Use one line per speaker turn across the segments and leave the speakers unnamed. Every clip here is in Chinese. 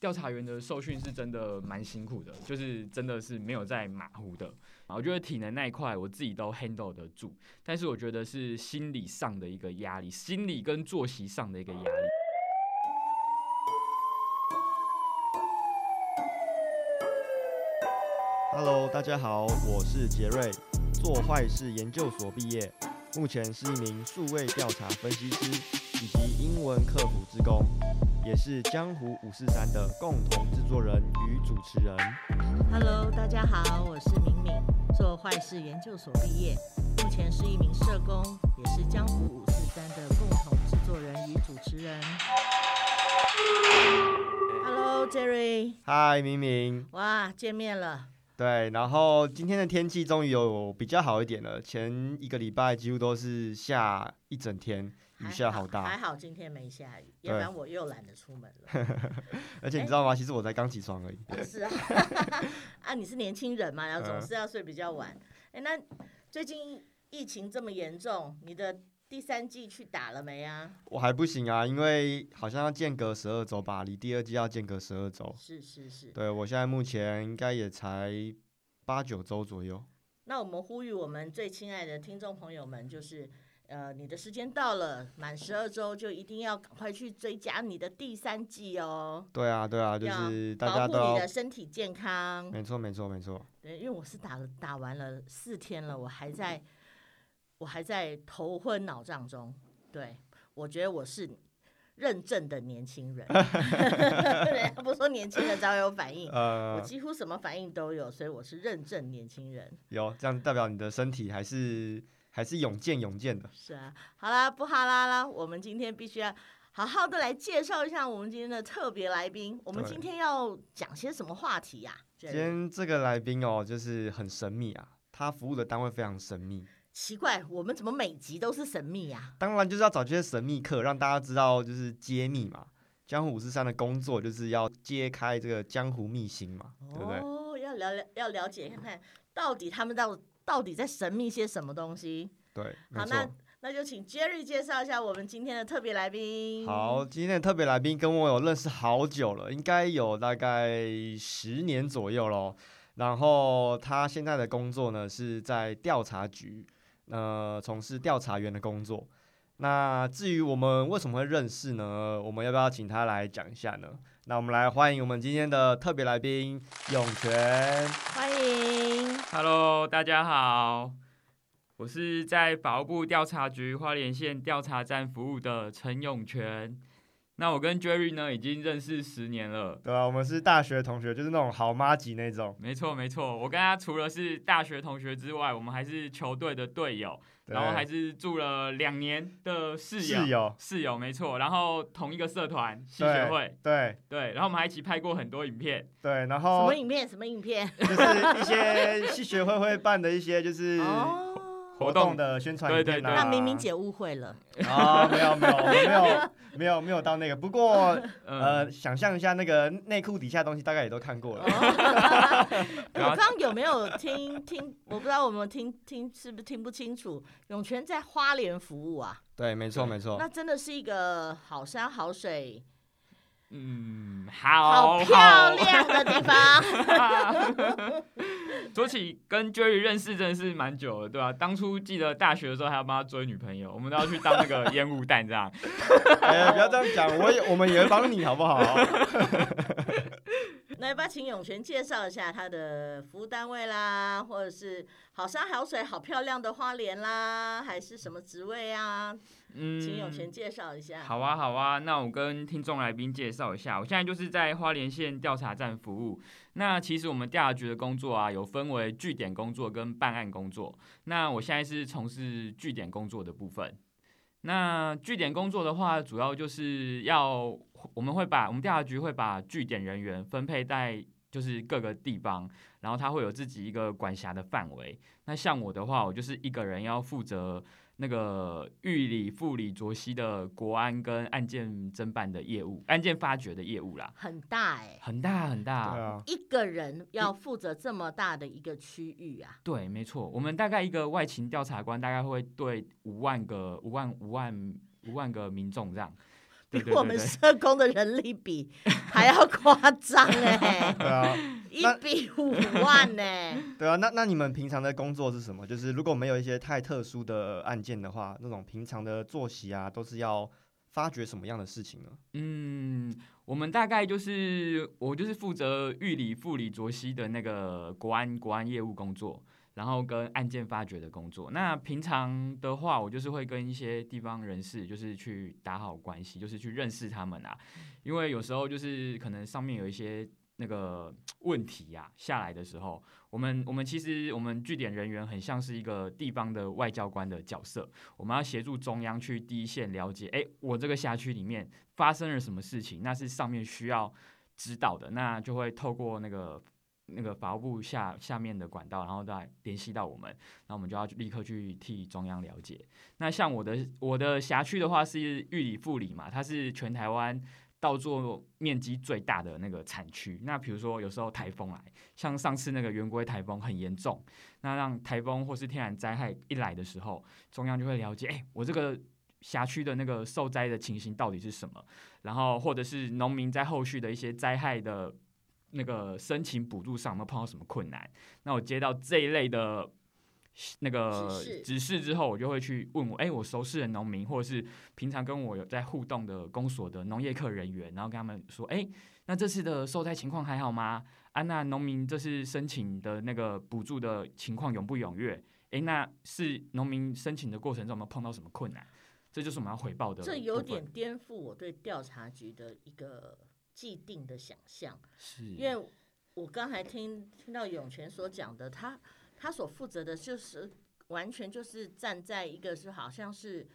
调查员的受训是真的蛮辛苦的，就是真的是没有在马虎的。啊我觉得体能那一块我自己都 handle 得住，但是我觉得是心理上的一个压力，心理跟作息上的一个压力。
Hello，大家好，我是杰瑞，做坏事研究所毕业，目前是一名数位调查分析师以及英文客服职工，也是江湖五四三的共同制作人与主持人。
Hello，大家好，我是敏敏，做坏事研究所毕业，目前是一名社工，也是江湖五四三的共同制作人与主持人。Hello，Jerry，
嗨，明明，
哇，见面了，
对，然后今天的天气终于有比较好一点了，前一个礼拜几乎都是下一整天，雨下好
还
大，
好今天没下雨，要不然我又懒得出门了。
而且你知道吗？其实我才刚起床而已。
是啊， 啊，你是年轻人嘛，然
呃
后总是要睡比较晚。哎、那最近疫情这么严重，你的第三季去打了没啊？
我还不行啊，因为好像要间隔十二周吧，离第二季要间隔十二周。
是是是。
对我现在目前应该也才八九周左右。
那我们呼吁我们最亲爱的听众朋友们，就是呃，你的时间到了，满十二周就一定要赶快去追加你的第三季哦，
对啊，对啊，就
要
是大
保
家
护
都哦
你
要
的，身体健康。
没错，没错，没错。
对，因为我是打了打完了四天了，我还在，我还在头昏脑胀中。对，我觉得我是认证的年 轻人，人家不说年轻人才会有反应，我
呃，
几乎什么反应都有，所以我是认证年轻人。
有这样代表你的身体还是还是勇健勇健的。
是啊，好啦，不哈啦啦，我们今天必须要好好的来介绍一下我们今天的特别来宾。我们
对
今天要讲些什么话题呀、
今
Jerry？
天这个来宾哦，就是很神秘啊，他服务的单位非常神秘，
奇怪，我们怎么每集都是神秘呀、
当然就是要找这些神秘客，让大家知道就是揭秘嘛。江湖五十三的工作就是要揭开这个江湖秘辛嘛，对不对？
哦，要了了要了解看看，到底他们到到底在神秘些什么东西？
对，
好，
没错
那。那就请 Jerry 介绍一下我们今天的特别来宾。
好，，今天的特别来宾跟我有认识好久了，应该有大概十年左右咯。然后他现在的工作呢是在调查局，呃，从事调查员的工作。那至于我们为什么会认识呢？我们要不要请他来讲一下呢？那我们来欢迎我们今天的特别来宾永泉。
欢迎。
Hello，大家好，我是在法务部调查局花莲县调查站服务的陈永泉。那我跟 Jerry 呢已经认识十年了，
对啊，我们是大学同学，就是那种好妈级那种。
没错没错，我跟他除了是大学同学之外，我们还是球队的队友，
对
然后还是住了两年的室友，
室友，
室友没错，然后同一个社团系学会，
对
对，然后我们还一起拍过很多影片，
对，然
什
后
么影片？什么影片？
就是一些系学会会办的一些就是
哦，
活动的宣传影片、啊、
对对对
那明明姐误会了。
啊、没有没有我们没有没有没有到那个，不过
嗯，
呃，想象一下那个内裤底下的东西，大概也都看过 了。
哦
然
我
后
刚有没有听听？我不知道我们听听是不是听不清楚。涌泉在花莲服务啊，
对，没错没
哦
错
那真的是一个好山好水、
嗯，
好
好
漂亮的地方。
说起跟 Jerry 认识真的是蛮久了，对吧、当初记得大学的时候还要帮他追女朋友，我们都要去当那个烟雾弹这样。
哎、不要这样讲，我也我们也会帮你好不好？
那要不要请涌泉介绍一下他的服务单位啦，或者是好山好水、好漂亮的花莲啦，还是什么职位啊？
嗯，
请涌泉介绍一下。
好啊，好啊，那我跟听众来宾介绍一下，我现在就是在花莲县调查站服务。那其实我们调查局的工作啊，有分为据点工作跟办案工作。那我现在是从事据点工作的部分。那据点工作的话，主要就是要我们会把我们调查局会把据点人员分配在就是各个地方，然后他会有自己一个管辖的范围。那像我的话，我就是一个人要负责那个玉里、富里、卓西的国安跟案件侦办的业务、案件发掘的业务啦，
很大哎、
很大很
对
大。
啊，
一个人要负责这么大的一个区域啊。
对，没错，我们大概一个外勤调查官大概会对五万个、五万、五万、五万个民众这样。对
比
对
我
对
们
对
社工的人力比还要夸 张哎，
对啊，
一
那
比五万呢、
对啊。那那你们平常的工作是什么？就是如果没有一些太特殊的案件的话，那种平常的作息啊，都是要发掘什么样的事情呢？
嗯，我们大概就是我就是负责玉里、富里、卓西的那个国安国安业务工作，然后跟案件发掘的工作。那平常的话，我就是会跟一些地方人士，就是去打好关系，就是去认识他们啊。因为有时候就是可能上面有一些那个问题呀、下来的时候，我们我们其实我们据点人员很像是一个地方的外交官的角色，我们要协助中央去第一线了解，诶，我这个辖区里面发生了什么事情，那是上面需要知道的，那就会透过那个那个法务部下下面的管道，然后再联系到我们，那我们就要立刻去替中央了解。那像我的我的辖区的话是玉里富里嘛，它是全台湾。稻作面积最大的那个产区，那比如说有时候台风来，啊像上次那个圆规台风很严重，那让台风或是天然灾害一来的时候，中央就会了解，哎、我这个辖区的那个受灾的情形到底是什么，然后或者是农民在后续的一些灾害的那个申请补助上有没有碰到什么困难？那我接到这一类的。那个
指示
指示之后，我就会去问我，哎、我熟识的农民，或者是平常跟我有在互动的公所的农业课人员，然后跟他们说，哎、那这次的受灾情况还好吗？啊，那农民这次申请的那个补助的情况踊不踊跃？诶，那是农民申请的过程中有没有碰到什么困难？这就是我们要回报的部
这
分。
有点颠覆我对调查局的一个既定的想象，
是，
因为我刚才听听到永泉所讲的，他他所负责的就是完全就是站在一个是好像是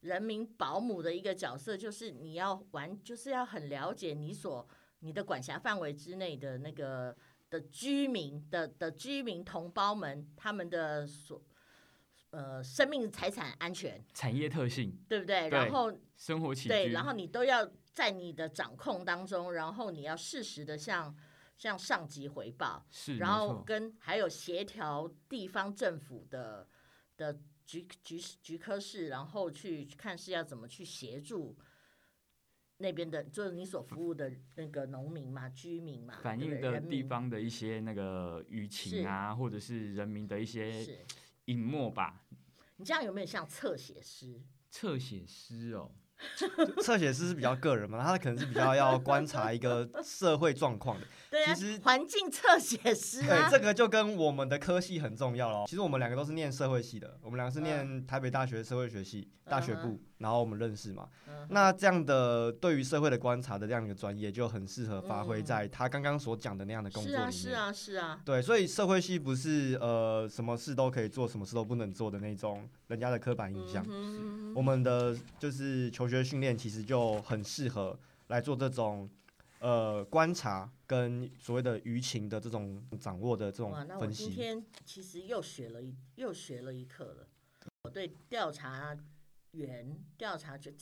人民保姆的一个角色，就是你要完就是要很了解你所你的管辖范围之内的那个的居民的的居民同胞们他们的所呃生命财产安全，
产业特性、
对不对？
对
然后
生活起居，
对，然后你都要在你的掌控当中，然后你要适时的向向上级回报，
是，
然
没
后
错
跟还有协调地方政府的的局局局科室，然后去看是要怎么去协助。那边的就是你所服务的那个农民嘛、居民嘛，
反
对不
映
对
的
人
地
民
方的一些那个舆情啊，或者是人民的一些
是。
隐没吧。
你这样有没有像侧写师？
侧写师哦，
侧写师是比较个人嘛，他可能是比较要观察一个社会状况的。
对啊
其实，
环境侧写师啊
对，，这个就跟我们的科系很重要咯。其实我们两个都是念社会系的，我们两个是念台北大学社会学系大学
嗯
部，然后我们认识嘛。
嗯
那这样的对于社会的观察的这样一个专业，就很适合发挥在他刚刚所讲的那样的工作
是
里面。
啊，是啊，是啊，
对，所以社会系不是呃什么事都可以做，什么事都不能做的那种人家的刻板印象。
嗯哼嗯哼
我们的就是求学训练其实就很适合来做这种呃观察跟所谓的舆情的这种掌握的这种
哇，那我
分
今
析。
天其实又学了一又学了一课了。我对调查员、调查局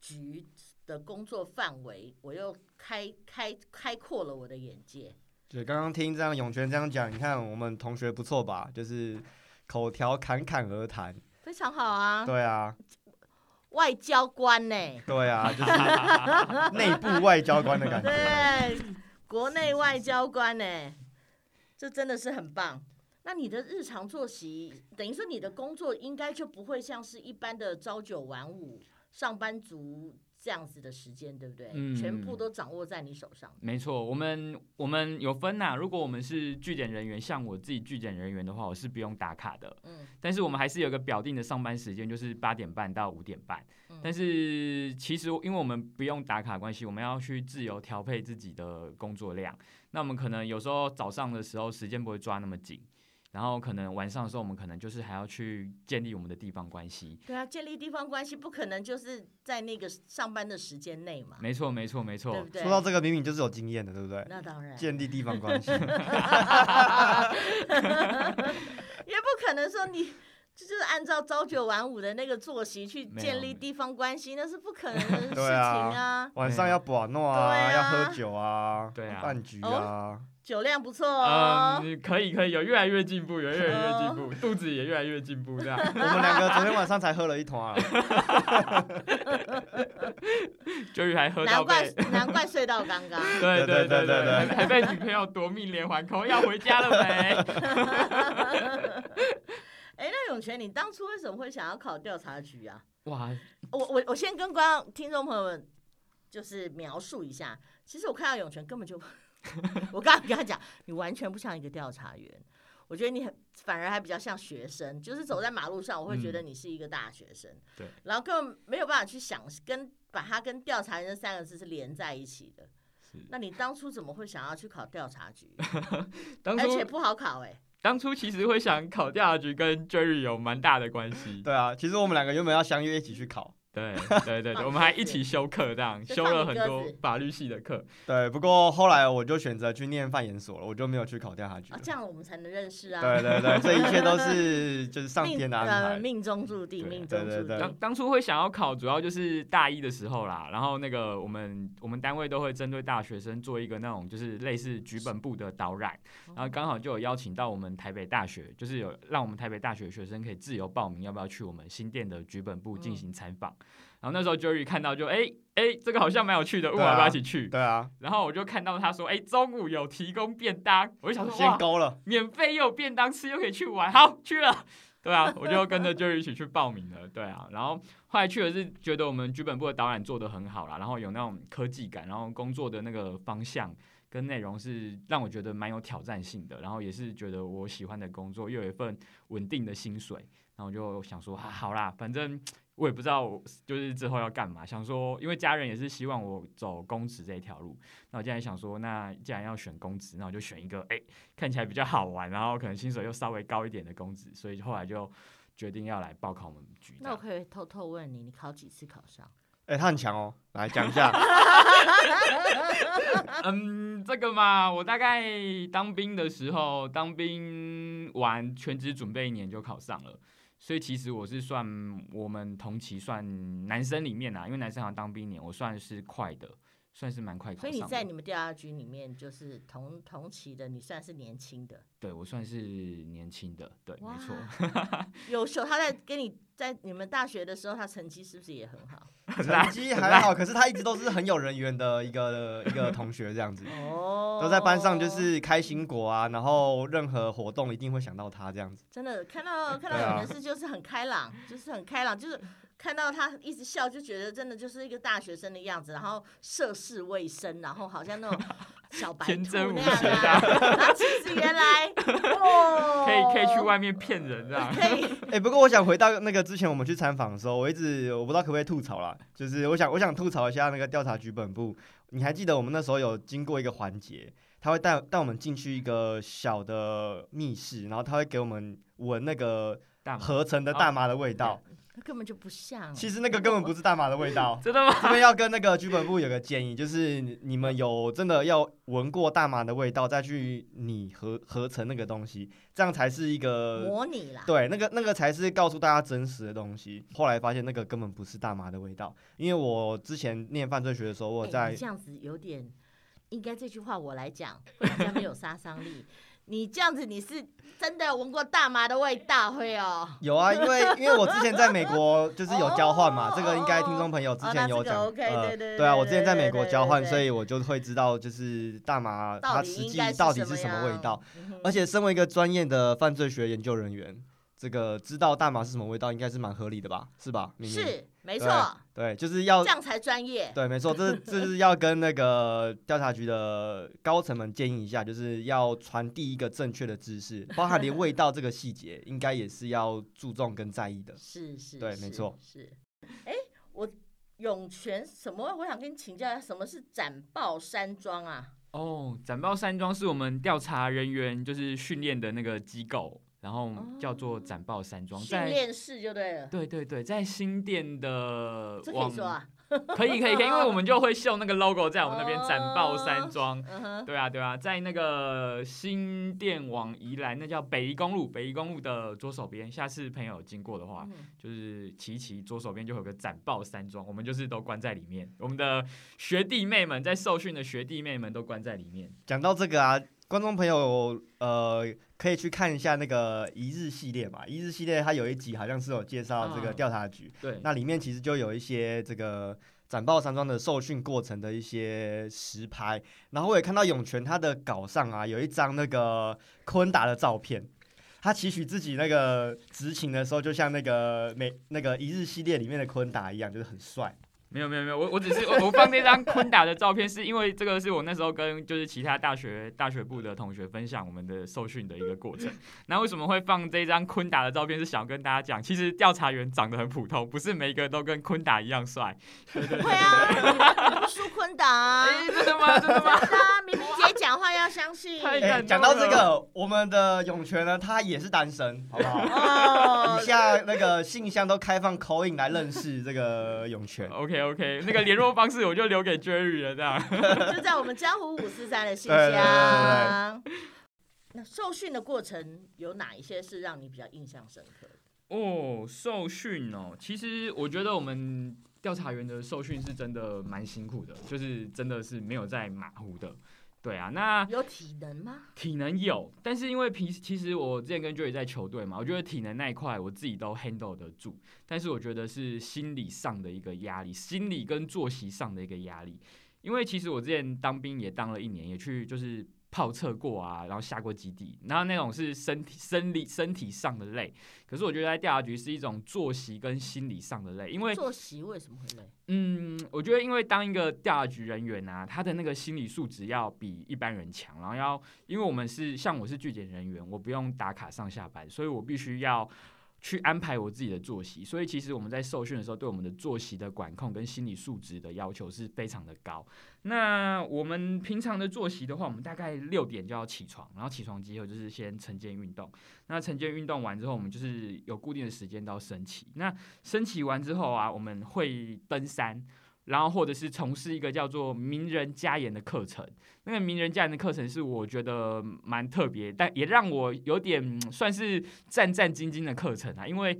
局的工作范围，我又开开开阔了我的眼界。
对，刚刚听这样永泉这样讲，你看我们同学不错吧？就是口条侃侃而谈。
非常好啊，
对啊，
外交官呢、
对 啊，就是内部外交官的感觉。
对，国内外交官呢、这真的是很棒。那你的日常作息，等于说你的工作应该就不会像是一般的朝九晚五上班族这样子的时间，对不对？
嗯
全部都掌握在你手上。
没错，我们我们有分呐、如果我们是据点人员，像我自己据点人员的话，我是不用打卡的。
嗯，
但是我们还是有一个表定的上班时间，就是八点半到五点半。
嗯
但是其实因为我们不用打卡关系，我们要去自由调配自己的工作量。那我们可能有时候早上的时候时间不会抓那么紧，然后可能晚上的时候我们可能就是还要去建立我们的地方关系。
对啊，建立地方关系不可能就是在那个上班的时间内嘛，
没错，没错，没
对
错
不。对？
说到这个，明明就是有经验的，对不对？
那当然，
建立地方 关系，
也不可能说你这就是按照朝九晚五的那个作息去
没有
建
没
立
有
地方关系，那是不可能的事情
对啊
啊。
晚上要把弄
对
啊，
啊
要喝酒啊，
对啊
饭局啊，
酒量不错哦，
嗯，可以可以，有越来越进步，有越来越进步，肚子也越来越进步， 这样
我们两个昨天晚上才喝了一桶啊，
就还喝
难
到
怪
被。
难怪睡到刚刚。
对
对
对
对对
对，
对
还被女朋友夺命连环扣，要回家了 没？
哎，那永泉，你当初为什么会想要考调查局啊？
哇，
我我我先跟观众听众朋友们就是描述一下，其实我看到永泉根本就， 我刚刚跟他讲，你完全不像一个调查员，我觉得你很反而还比较像学生，就是走在马路上，我会
嗯
觉得你是一个大学生，
对，
然后根本没有办法去想跟把它跟调查员这三个字是连在一起的
是。
那你当初怎么会想要去考调查局？
当
而且
初
不好考哎、
当初其实会想考调查局，跟 Jerry 有蛮大的关 系。
对啊，其实我们两个原本要相约一起去考，
对对对对，我们还一起修课，这样
就
修
放
了
你
很
鸽
多
子
法律系的课。
对，不过后来我就选择去念犯研所了，我就没有去考调查局
啊
了，
这样我们才能认识啊。
对对 对，这一切都是就是上天的
命呃
安排，
命中注定，
对
命中注
对
定。
对对
当当初会想要考，主要就是大一的时候啦。然后那个我们我们单位都会针对大学生做一个那种就是类似局本部的导览，
哦
然后刚好就有邀请到我们台北大学，就是有让我们台北大学的学生可以自由报名要不要去我们新店的局本部进
嗯
行采访。然后那时候 Jerry 看到就哎哎、这个好像蛮有趣的，问我
对啊
要不要一起去？
对啊，
然后我就看到他说哎、中午有提供便当，我就想说哇
先勾了，
免费又有便当吃，又可以去玩，好去了。对啊，我就跟着就一起去报名了。对啊，然后后来去了是觉得我们剧本部的导览做得很好啦，然后有那种科技感，然后工作的那个方向跟内容是让我觉得蛮有挑战性的，然后也是觉得我喜欢的工作，又有一份稳定的薪水，然后我就想说啊，好啦，反正我也不知道我就是之后要干嘛，想说因为家人也是希望我走公职这一条路，那我既然想说，那既然要选公职，那我就选一个哎、看起来比较好玩，然后可能薪水又稍微高一点的工资，所以后来就决定要来报考我们局这
那我
样。
可以偷偷问你，你考几次考 上？
哎，他很强哦，来讲一 下，
嗯，这个嘛，我大概当兵的时候，当兵完全职准备一年就考上了，所以其实我是算我们同期算男生里面啊，因为男生好像当兵一年，我算是快的，算是蛮快考
所
上
以
的。
你在你们调查局里面，就是同同期的，你算是年轻的，
对我算是年轻的，对，没错。
优秀。他在跟你在你们大学的时候，他成绩是不是也很好？
成绩还好，可是他一直都是很有人缘的一个一 个同学这样子。
嗯
哦
都在班上就是开心果啊，然后任何活动一定会想到他这样子。
真的看到看
对
到
啊
你的事就是很开朗，就是很开朗，就是看到他一直笑，就觉得真的就是一个大学生的样子，然后涉世未深，然后好像那种小白
天
兔
真
那
无
样
邪
啊。然后其实原 来哦，
可以可以去外面骗人这啊 样。
可以
哎、不过我想回到那个之前我们去参访的时候，我一直我不知道可不可以吐槽啦，就是我想我想吐槽一下那个调查局本部。你还记得我们那时候有经过一个环节，他会带带我们进去一个小的密室，然后他会给我们闻那个
大麻哦嗯
合成的大麻的味道。
根本就不像。
其实那个根本不是大麻的味道。
真的吗？
这边要跟那个剧本部有个建议，就是你们有真的要闻过大麻的味道，再去拟合合成那个东西，这样才是一个
模拟啦，
对那个那个才是告诉大家真实的东西。后来发现那个根本不是大麻的味道，因为我之前念犯罪学的时候，我
哎
有在、
你这样子有点，应该这句话我来讲会比较没有杀伤力。你这样子你是真的闻过大麻的味道会哦。
有啊，因为因为我之前在美国就是有交换嘛，
哦
这个应该听众朋友之前有讲，
哦那这个 OK，对对对
对啊，我之前在美国交换，
对对对对
所以我就会知道就是大麻
到
它
底
实
应
际
该
到底是
是
什么味道。
样？嗯
而且身为一个专业的犯罪学研究人员，这个知道大麻是什么味道，应该是蛮合理的吧？是吧？
嗯哼
明明，
是没错，
对，就是要
这样才专业。
对，没错，这是这是要跟那个调查局的高层们建议一下，就是要传递一个正确的知识，包含连味道这个细节，应该也是要注重跟在意的。
是是，
对
是
没错。
是，哎，我涌泉什么？我想跟你请教一下，什么是展豹山庄啊？
哦，展豹山庄是我们调查人员就是训练的那个机构，然后叫做展豹山庄，
哦训
在
练室就对了，
对对对，在新店的
这可
往
以说啊？
可以可以可以，因为我们就会秀那个 logo 在我们那边展爆山庄。
嗯哼，
对啊对啊，在那个新店往宜兰，那叫北宜公路，北宜公路的左手边。下次朋友经过的话，
嗯
就是骑一骑左手边就有个展爆山庄，我们就是都关在里面。我们的学弟妹们在受训的学弟妹们都关在里面。
讲到这个啊，观众朋友呃可以去看一下那个一日系列嘛，一日系列它有一集好像是有介绍这个
嗯
调查局，
对，
那里面其实就有一些这个展豹山庄的受训过程的一些实拍，然后我也看到涌泉他的稿上啊有一张那个柯文达的照片。他期许自己那个执勤的时候，就像那个美那个一日系列里面的柯文达一样，就是很帅。
没有没有没有，我我只是我我放那张昆达的照片，是因为这个是我那时候跟就是其他大学大学部的同学分享我们的受训的一个过程。 那为什么会放这张昆达的照片？是想跟大家讲，其实调查员长得很普通，不是每一个都跟昆达一样帅。
会啊，你不输坤达 啊，
哎、真的 吗？真的吗？
大家明明姐讲话要相信。
太
哎
感动
讲、到
了
这个，我们的涌泉呢，他也是单身，好不好？
哦
以，下那个信箱都开放口音来认识这个涌泉。
OK OK，那个联络方式我就留给 Jerry 了，这样。
就在我们江湖五四三的信
对对对
箱。那受训的过程有哪一些是让你比较印象深刻的？
哦，受训哦，其实我觉得我们调查员的受训是真的蛮辛苦的，就是真的是没有在马虎的。对啊，那
有体能吗？
体能有，但是因为平时其实我之前跟 Joey 在球队嘛，我觉得体能那一块我自己都 handle 得住，但是我觉得是心理上的一个压力，心理跟作息上的一个压力。因为其实我之前当兵也当了一年，也去就是炮测过啊，然后下过基地，然后那种是身体、生理、身体上的累。可是我觉得在调查局是一种作息跟心理上的累，因为
作息为什么会累？
嗯，我觉得因为当一个调查局人员啊，他的那个心理素质要比一般人强，然后要因为我们是像我是据点人员，我不用打卡上下班，所以我必须要去安排我自己的作息，所以其实我们在受训的时候，对我们的作息的管控跟心理素质的要求是非常的高。那我们平常的作息的话，我们大概六点就要起床，然后起床之后就是先晨间运动。那晨间运动完之后，我们就是有固定的时间到升旗。那升旗完之后啊，我们会登山，然后或者是从事一个叫做名人加研的课程。那个名人加研的课程是我觉得蛮特别，但也让我有点嗯算是战战兢兢的课程啊，因为。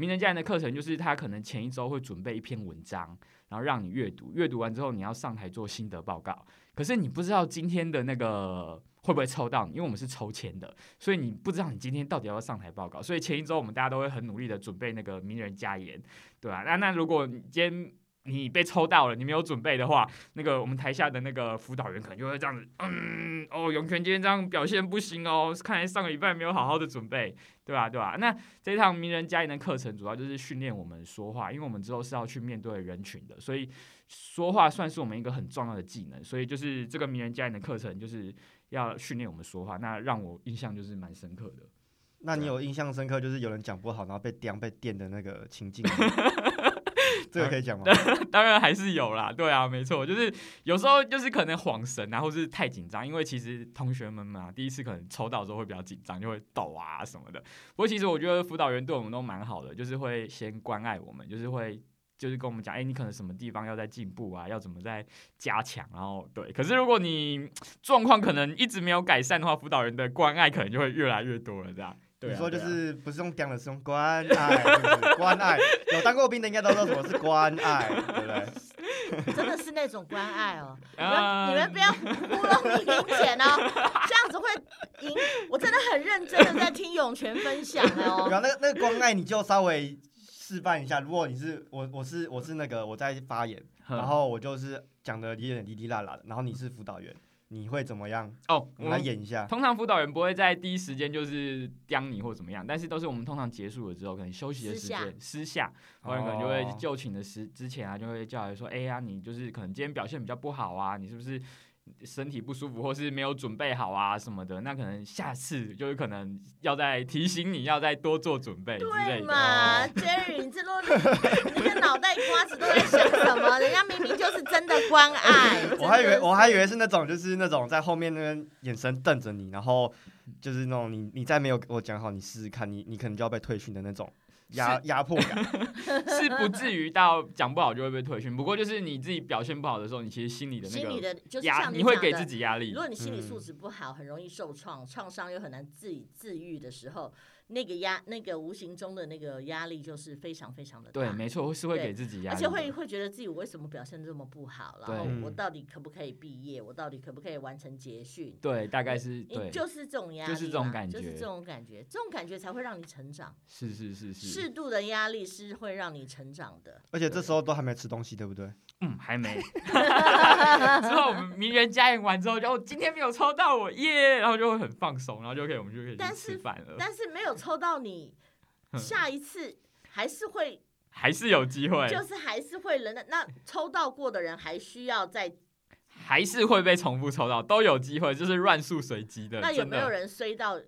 名人加研的课程就是他可能前一周会准备一篇文章，然后让你阅读，阅读完之后你要上台做心得报告。可是你不知道今天的那个会不会抽到你，因为我们是抽签的，所以你不知道你今天到底要不要上台报告。所以前一周我们大家都会很努力的准备那个名人加研，对啊，那那如果你今天你被抽到了，你没有准备的话，那个我们台下的那个辅导员可能就会这样子，嗯，哦，永泉今天这样表现不行哦，看来上个礼拜没有好好的准备，对吧、对吧、那这堂名人加研的课程主要就是训练我们说话，因为我们之后是要去面对人群的，所以说话算是我们一个很重要的技能。所以就是这个名人加研的课程，就是要训练我们说话，那让我印象就是蛮深刻的。
那
啊
你有印象深刻就是有人讲不好，然后被刁被电的那个情 境吗？这
啊
个可以讲吗？
当然还是有啦，对啊，没错，就是有时候就是可能晃神啊，或是太紧张，因为其实同学们嘛，第一次可能抽到的时候会比较紧张，就会抖啊什么的。不过其实我觉得辅导员对我们都蛮好的，就是会先关爱我们，就是会。就是跟我们讲，哎、你可能什么地方要再进步啊，要怎么再加强，然后对。可是如果你状况可能一直没有改善的话，辅导员的关爱可能就会越来越多了，这样。对啊、
你说就
对啊
是不是用刁的，是用关爱，是不是？ 关爱有当过兵的应该都知道什么是关爱，对不对？
真的是那种关 爱哦，你们
嗯
你们不要糊弄你零钱哦，这样子会赢。我真的很认真的在听涌泉分享
然
哦，
后那个那个关爱你就稍微示范一下，如果你是我我是我是那个我在发言，
嗯
然后我就是讲的有点滴滴啦啦的，然后你是辅导员，你会怎么样？
哦，
我们来演一下。
通常辅导员不会在第一时间就是刁你或怎么样，但是都是我们通常结束了之后，可能休息的时间，私下，辅导员可能就
哦
会就寝的时之前啊，就会叫来说，哎、呀、你就是可能今天表现比较不好啊，你是不是身体不舒服，或是没有准备好啊什么的？那可能下次就是可能要再提醒你要再多做准备之
对
类的。
嘛
哦
，Jerry，你这都你的脑袋瓜子都在想什么？人家明明就是真的关爱，
我还以为
真的
我还以为是那种，就是那种在后面那边眼神瞪着你，然后就是那种你你再没有给我讲好，你试试看，你你可能就要被退训的那种。压压迫感。
是不至于到讲不好就会被退训，不过就是你自己表现不好的时候，你其实心里的那
心里
个
的就是
压，
像
你会
讲
给
的
自己压力
如。果你心理素
嗯
质不好，很容易受创，创伤又很难自己治愈的时候，那个压那个无形中的那个压力就是非常非常的
对，
大，
没错，是会
对
给自己压
而
力的，
且会会觉得自己为什么表现这么不好，然
对
后我
嗯
到底可不可以毕业，我到底可不可以完成结训，
对，大概是对，
就是这种压
就
力嘛，
是这种感
就是
觉
这种感觉，这种感觉才会让你成长。
是是是是，
适度的压力是会让你成长的。
而且这时候都还没吃东西，对不对？
嗯，还 没。之后我们名人家宴完之后，就哦今天没有抽到我耶，然后就会很放松，然后就可以我们就可以去
但
吃
是
饭了，
但是 没有抽到你，下一次还是会，
还是有机会，
就是还是会人的。那抽到过的人还需要再，
还是会被重复抽到，都有机会，就是乱数随机的。
那有
真
没
的
有人 衰到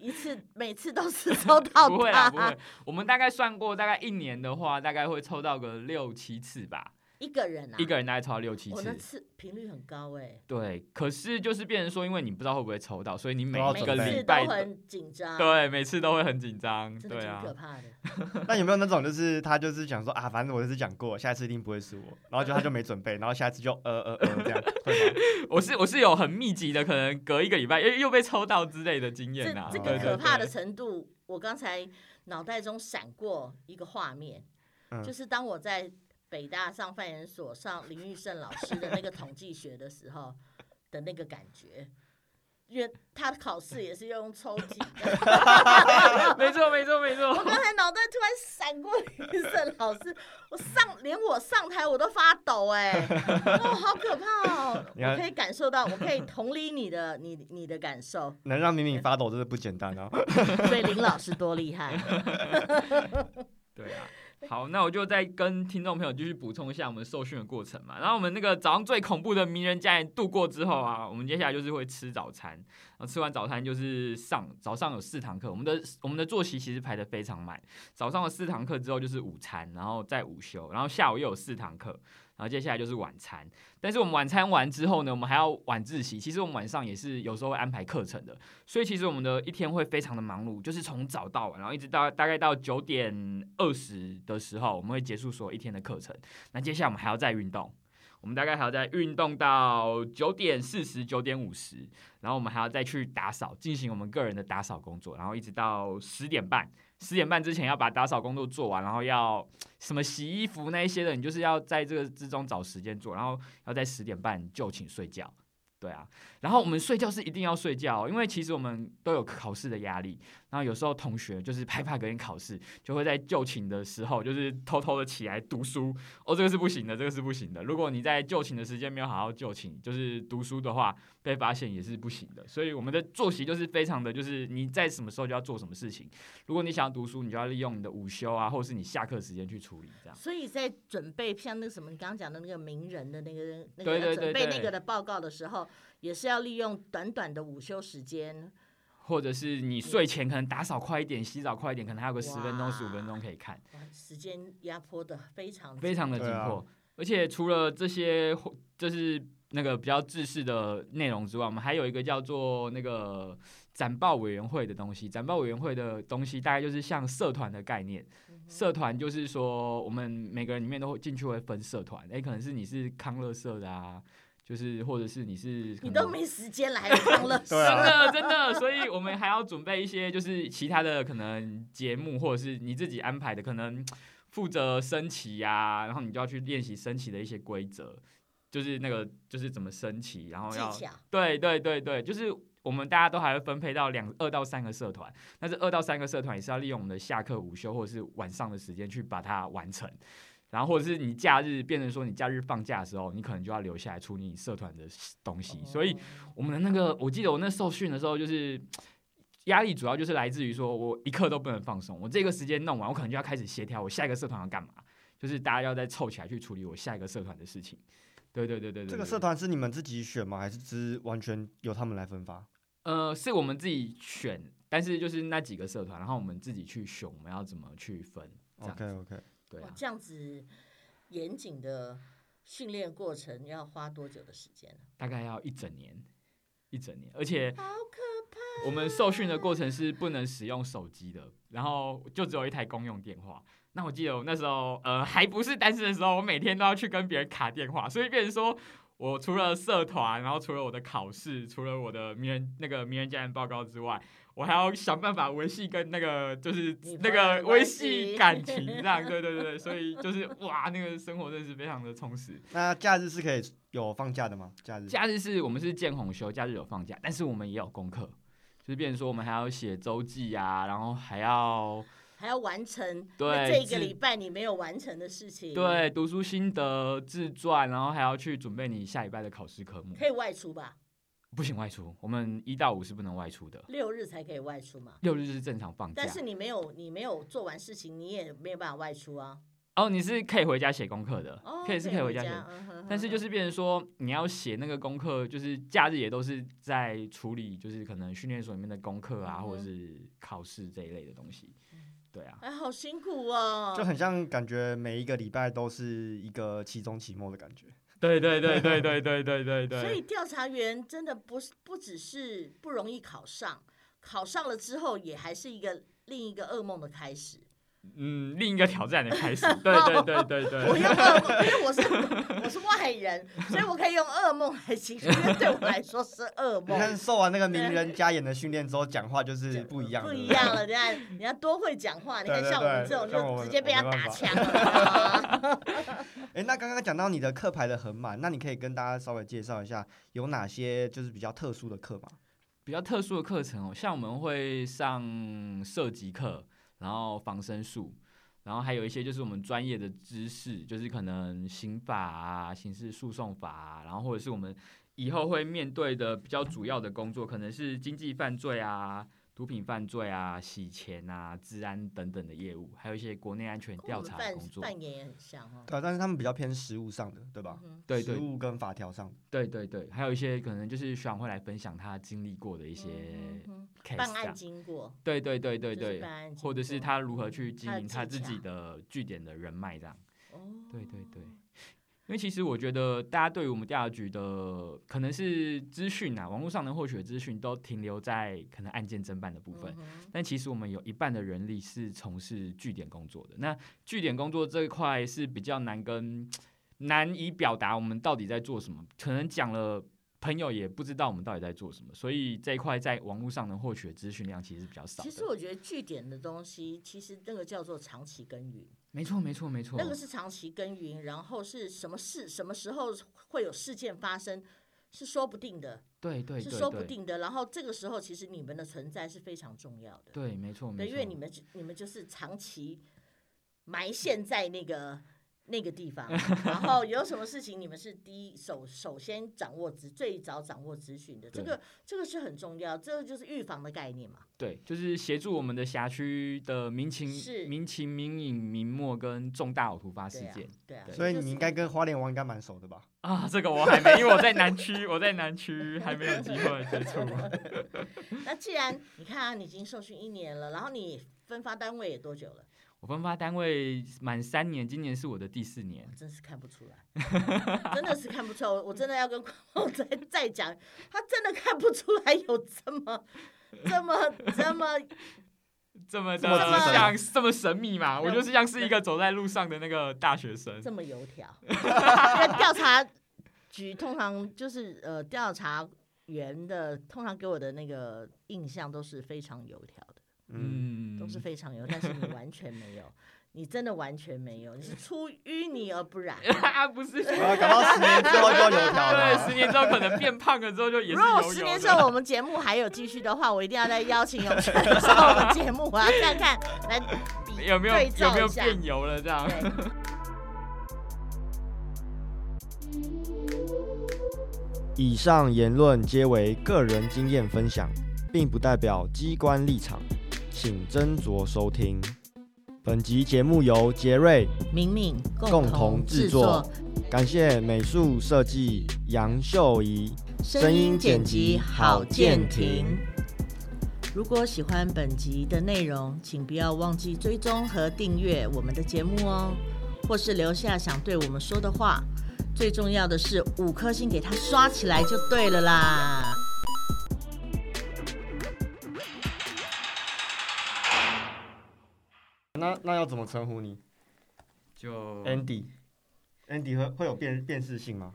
一次，每次都是抽到
不会啊啦，不
他
会。我们大概算过，大概一年的话，大概会抽到个六七次吧，
一个人啊？
一个人大概抽到六七
哦我那
次。
次频率很高哎，
对，可是就是变成说，因为你不知道会不会抽到，所以你每
都要
一
每
哦个
准备
次
礼
都
拜
很紧张，
对每次都会很紧张，
真的
对
挺
啊
可，怕的。
那有没有那种就是他就是想说啊，反正我就是讲过，下次一定不会输我，然后就他就没准备，然后下次就呃呃呃这样，会吗？
我是我是有很密集的，可能隔一个礼拜又又被抽到之类的经验呐、啊。
这这
对
个
对
可怕
对
的程度，我刚才脑袋中闪过一个画面，
嗯
就是当我在北大上范研所上林玉胜老师的那个统计学的时候的那个感觉。因为他考试也是用抽题的，
没错没错没
我
错，
刚才脑袋突然闪过林玉胜老师，我上连我上台我都发抖哎、哦，好可怕哦！
你看
我可以感受到，我可以同理你的你你的感受，
能让敏敏发抖真的不简单啊！
所以林老师多厉害。
对啊。好，那我就再跟听众朋友继续补充一下我们受训的过程嘛。然后我们那个早上最恐怖的名人家宴度过之后啊，我们接下来就是会吃早餐。然后吃完早餐就是上早上有四堂课，我们的我们的作息其实排得非常满。早上的四堂课之后就是午餐，然后再午休，然后下午又有四堂课，然后接下来就是晚餐。但是我们晚餐完之后呢，我们还要晚自习。其实我们晚上也是有时候会安排课程的，所以其实我们的一天会非常的忙碌，就是从早到晚，然后一直到大概到九点二十的时候，我们会结束所有一天的课程。那接下来我们还要再运动，我们大概还要再运动到九点四十、九点五十，然后我们还要再去打扫，进行我们个人的打扫工作，然后一直到十点半。十点半之前要把打扫工作做完，然后要什么洗衣服那一些的，你就是要在这个之中找时间做，然后要在十点半就寝睡觉。对啊，然后我们睡觉是一定要睡觉哦、因为其实我们都有考试的压力，然后有时候同学就是害怕隔天考试，就会在就寝的时候就是偷偷的起来读书。哦，这个是不行的，这个是不行的。如果你在就寝的时间没有好好就寝，就是读书的话，被发现也是不行的。所以我们的作息就是非常的，就是你在什么时候就要做什么事情。如果你想要读书，你就要利用你的午休啊，或者是你下课时间去处理这样。
所以在准备像那个什么，你刚刚讲的那个名人的那个那
对对
个要
对
准备那
对
个的报告的时候，也是要利用短短的午休时间。
或者是你睡前可能打扫快一点，洗澡快一点，可能还有个十分钟、
哇
十五分钟可以看，
哇，时间压迫的非常
非常的紧迫。而且除了这些就是那个比较制式的内容之外，我们还有一个叫做那个展报委员会的东西。展报委员会的东西大概就是像社团的概念，
嗯
社团就是说我们每个人里面都会进去会分社团，诶，可能是你是康乐社的啊，就是或者是你是可
你
能
都没时间来 上乐
对啊
真的真的，所以我们还要准备一些，就是其他的可能节目，或者是你自己安排的，可能负责升旗呀、然后你就要去练习升旗的一些规则，就是那个就是怎么升旗，然后
技
要
巧。
对对对对，就是我们大家都还会分配到两二到三个社团，但是二到三个社团也是要利用我们的下课、午休或者是晚上的时间去把它完成。然后或者是你假日变成说你假日放假的时候，你可能就要留下来处理你社团的东西，所以
哦
我们的那个，我记得我那受训的时候，就是压力主要就是来自于说我一刻都不能放松，我这个时间弄完，我可能就要开始协调我下一个社团要干嘛，就是大家要再凑起来去处理我下一个社团的事情。对对对对对
这个
对
社团是你们自己选吗？还是只完全由他们来分发？
呃是我们自己选，但是就是那几个社团，然后我们自己去选我们要怎么去分。这样
OK OK，
对
哇
啊，
这样子严谨的训练过程要花多久的时间？啊
大概要一整年，一整年，而且
好可
我们受训的过程是不能使用手机的，然后就只有一台公用电话。那我记得我那时候呃还不是单身的时候，我每天都要去跟别人卡电话，所以变成说我除了社团，然后除了我的考试，除了我的名人那个名人家人报告之外，我还要想办法维系跟那个就是
女朋
那
友
个
的
维
关
系
系
感情这样，对对对对，所以就是哇，那个生活真是非常的充实。
那假日是可以有放假的吗？假日
假日是我们是见红休，假日有放假，但是我们也有功课，就是变成说我们还要写周记啊，然后还要
还要完成那
对
这一个
自
礼拜你没有完成的事情，，
对读书心得、自传，然后还要去准备你下礼拜的考试科目，
可以外出吧？
不行外出，我们一到五是不能外出的，
六日才可以外出嘛。
六日是啊正常放假
但。是你没有，你没有做完事情，你也没有办法外出啊。
哦，你是可以回家写功课的，
哦，
可以是可以回家写。
家，嗯哼
但是就
哼
是变成说，你要写那个功课，就是假日也都是在处理，就是可能训练所里面的功课啊，
嗯哼
或者是考试这一类的东西。对啊，
哎，好辛苦哦，
就很像感觉每一个礼拜都是一个期中期末的感觉。
对对对对对对对对对。
所以调查员真的不是不只是不容易考上，考上了之后也还是一个另一个噩梦的开始。
嗯，另一个挑战的开 始。对对对对
我
对。
用噩梦，因为我是我是外人，所以我可以用噩梦来形容，因为对我来说是噩
你看
梦。
受完那个名人加演的训练之后，讲话就是不一样，
不
对
一
对。
样了，你看，人家多会讲话，你看
对对
像我们这
对
种
像我
就
们
直接被
我
他
没办
打
法
枪了。啊
哎，那刚刚讲到你的课排的很满，那你可以跟大家稍微介绍一下有哪些就是比较特殊的课吗？
比较特殊的课程哦，像我们会上射击课，然后防身术，然后还有一些就是我们专业的知识，就是可能刑法啊、刑事诉讼法啊，然后或者是我们以后会面对的比较主要的工作，可能是经济犯罪啊。毒品犯罪啊、洗钱啊、治安等等的业务，还有一些国内安全
跟
调
我们
查的
嗯扮
工作。
扮演也很像哦。
对啊，但是他们比较偏实务上的，对吧？
嗯
对
实
对
务跟法条上的。
对对对，还有一些可能就是学长会来分享他经历过的一
一
些
哼
case，
嗯办
这
案
样
经过，
对对对对
就是
对
办，案经
或者是
过
他如何去经
他的
营他
技
自己
巧
的据点的人脉这样。
哦，
对对对，因为其实我觉得大家对于我们调查局的可能是资讯啊，网络上能获取的资讯都停留在可能案件侦办的部分。
嗯哼
但其实我们有一半的人力是从事据点工作的。那据点工作这一块是比较难跟难以表达我们到底在做什么，可能讲了朋友也不知道我们到底在做什么，所以这一块在网络上能获取的资讯量其实是比较少的。
其实我觉得据点的东西，其实那个叫做长期耕耘，
没错没错没错
那，个是长期耕耘，然后是什么事、什么时候会有事件发生，是说不定的，
对对
是说
对对，
不定的。然后这个时候，其实你们的存在是非常重要的，
对没错没
对，
错，
因为你们你们就是长期埋陷在那个。那个 地方，然后有什么事情，你们是第一首首先掌握资最早掌握资讯的，这
对
个这个是很重要，这个就是预防的概念嘛。
对，就是协助我们的辖区的民情
是
民情民隐民没跟重大突发事
对啊
件，
对啊，
对
所以
就
你
是
应该跟花莲王应该蛮熟的吧？
啊，这个我还没，因为我在南区，我在南区还没有机会接触。
那既然你看啊，你已经受训一年了，然后你分发单位也多久了？
我分发单位满三年，今年是我的第四年
我。真是看不出来， 真的是看不出来。我我真的要跟观众再再讲，他真的看不出来有这么、这么、这么
这么的
这么
资深
像这么神秘嘛？
没
我
有
就是像是一个走在路上的那个大学生。
这么油条。 因为调查局通常就是呃，调查员的通常给我的那个印象都是非常油条的。
嗯，
嗯，
都是非常油，但是你完全没有，你真的完全没有，你是出淤泥而不染。
啊，不 是。
啊， 搞到十年之后就要油条
对，
了。
十年之后可能变胖了之后就 也是
如果
油
十年
油
之
的。
后我们节目还有继续的话，我一定要再邀请永泉上我们节目，我要看看来比
有没有
对
有
照
没有啊
一下。
变油了这样？
对
以上言论皆为个人经验分享，并不代表机关立场，请斟酌收听。本集节目由杰瑞
明明
共同制作，感谢美术设计杨秀仪。声音剪辑郝建廷。
如果喜欢本集的内容，请不要忘记追踪和订阅我们的节目哦，或是留下想对我们说的话。最重要的是五颗星给它刷起来就对了啦。
那要怎么称呼你
就
哎？Andy，Andy 会会有辨辨识性吗？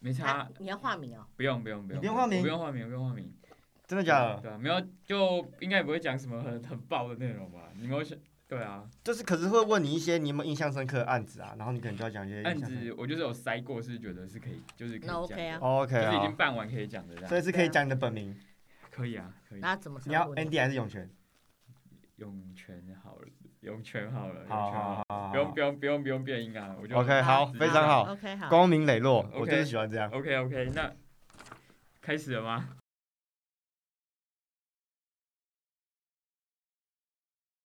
没
啊
差，，
你要化名哦，
不用不用不
你
用，
不用化名
我不用化名，我不用化名，
真的假的？
对啊，没有就应该也不会讲什么很很爆的内容吧？你们会想对啊，
就是可是会问你一些你有没有印象深刻的案子啊，然后你可能就要讲一些印
案
象深
子我就是有筛过，是觉得是可以，就是可以
那
讲
OK 啊
的，
刻。OK
就是已
啊
经，办完可以讲的这
所
样，
以是可以讲你的本名，
可以啊，可以。
那怎么称
你要
呼
Andy 还是涌泉？
涌泉好了，涌泉好了，涌
好
泉
好
好了，
好，
不用不用不用不用变音啊，我就
OK，好，
直接
非常好，
？OK，好，
光明磊落，
OK
我就是喜欢这样。
OK OK，那开始了吗？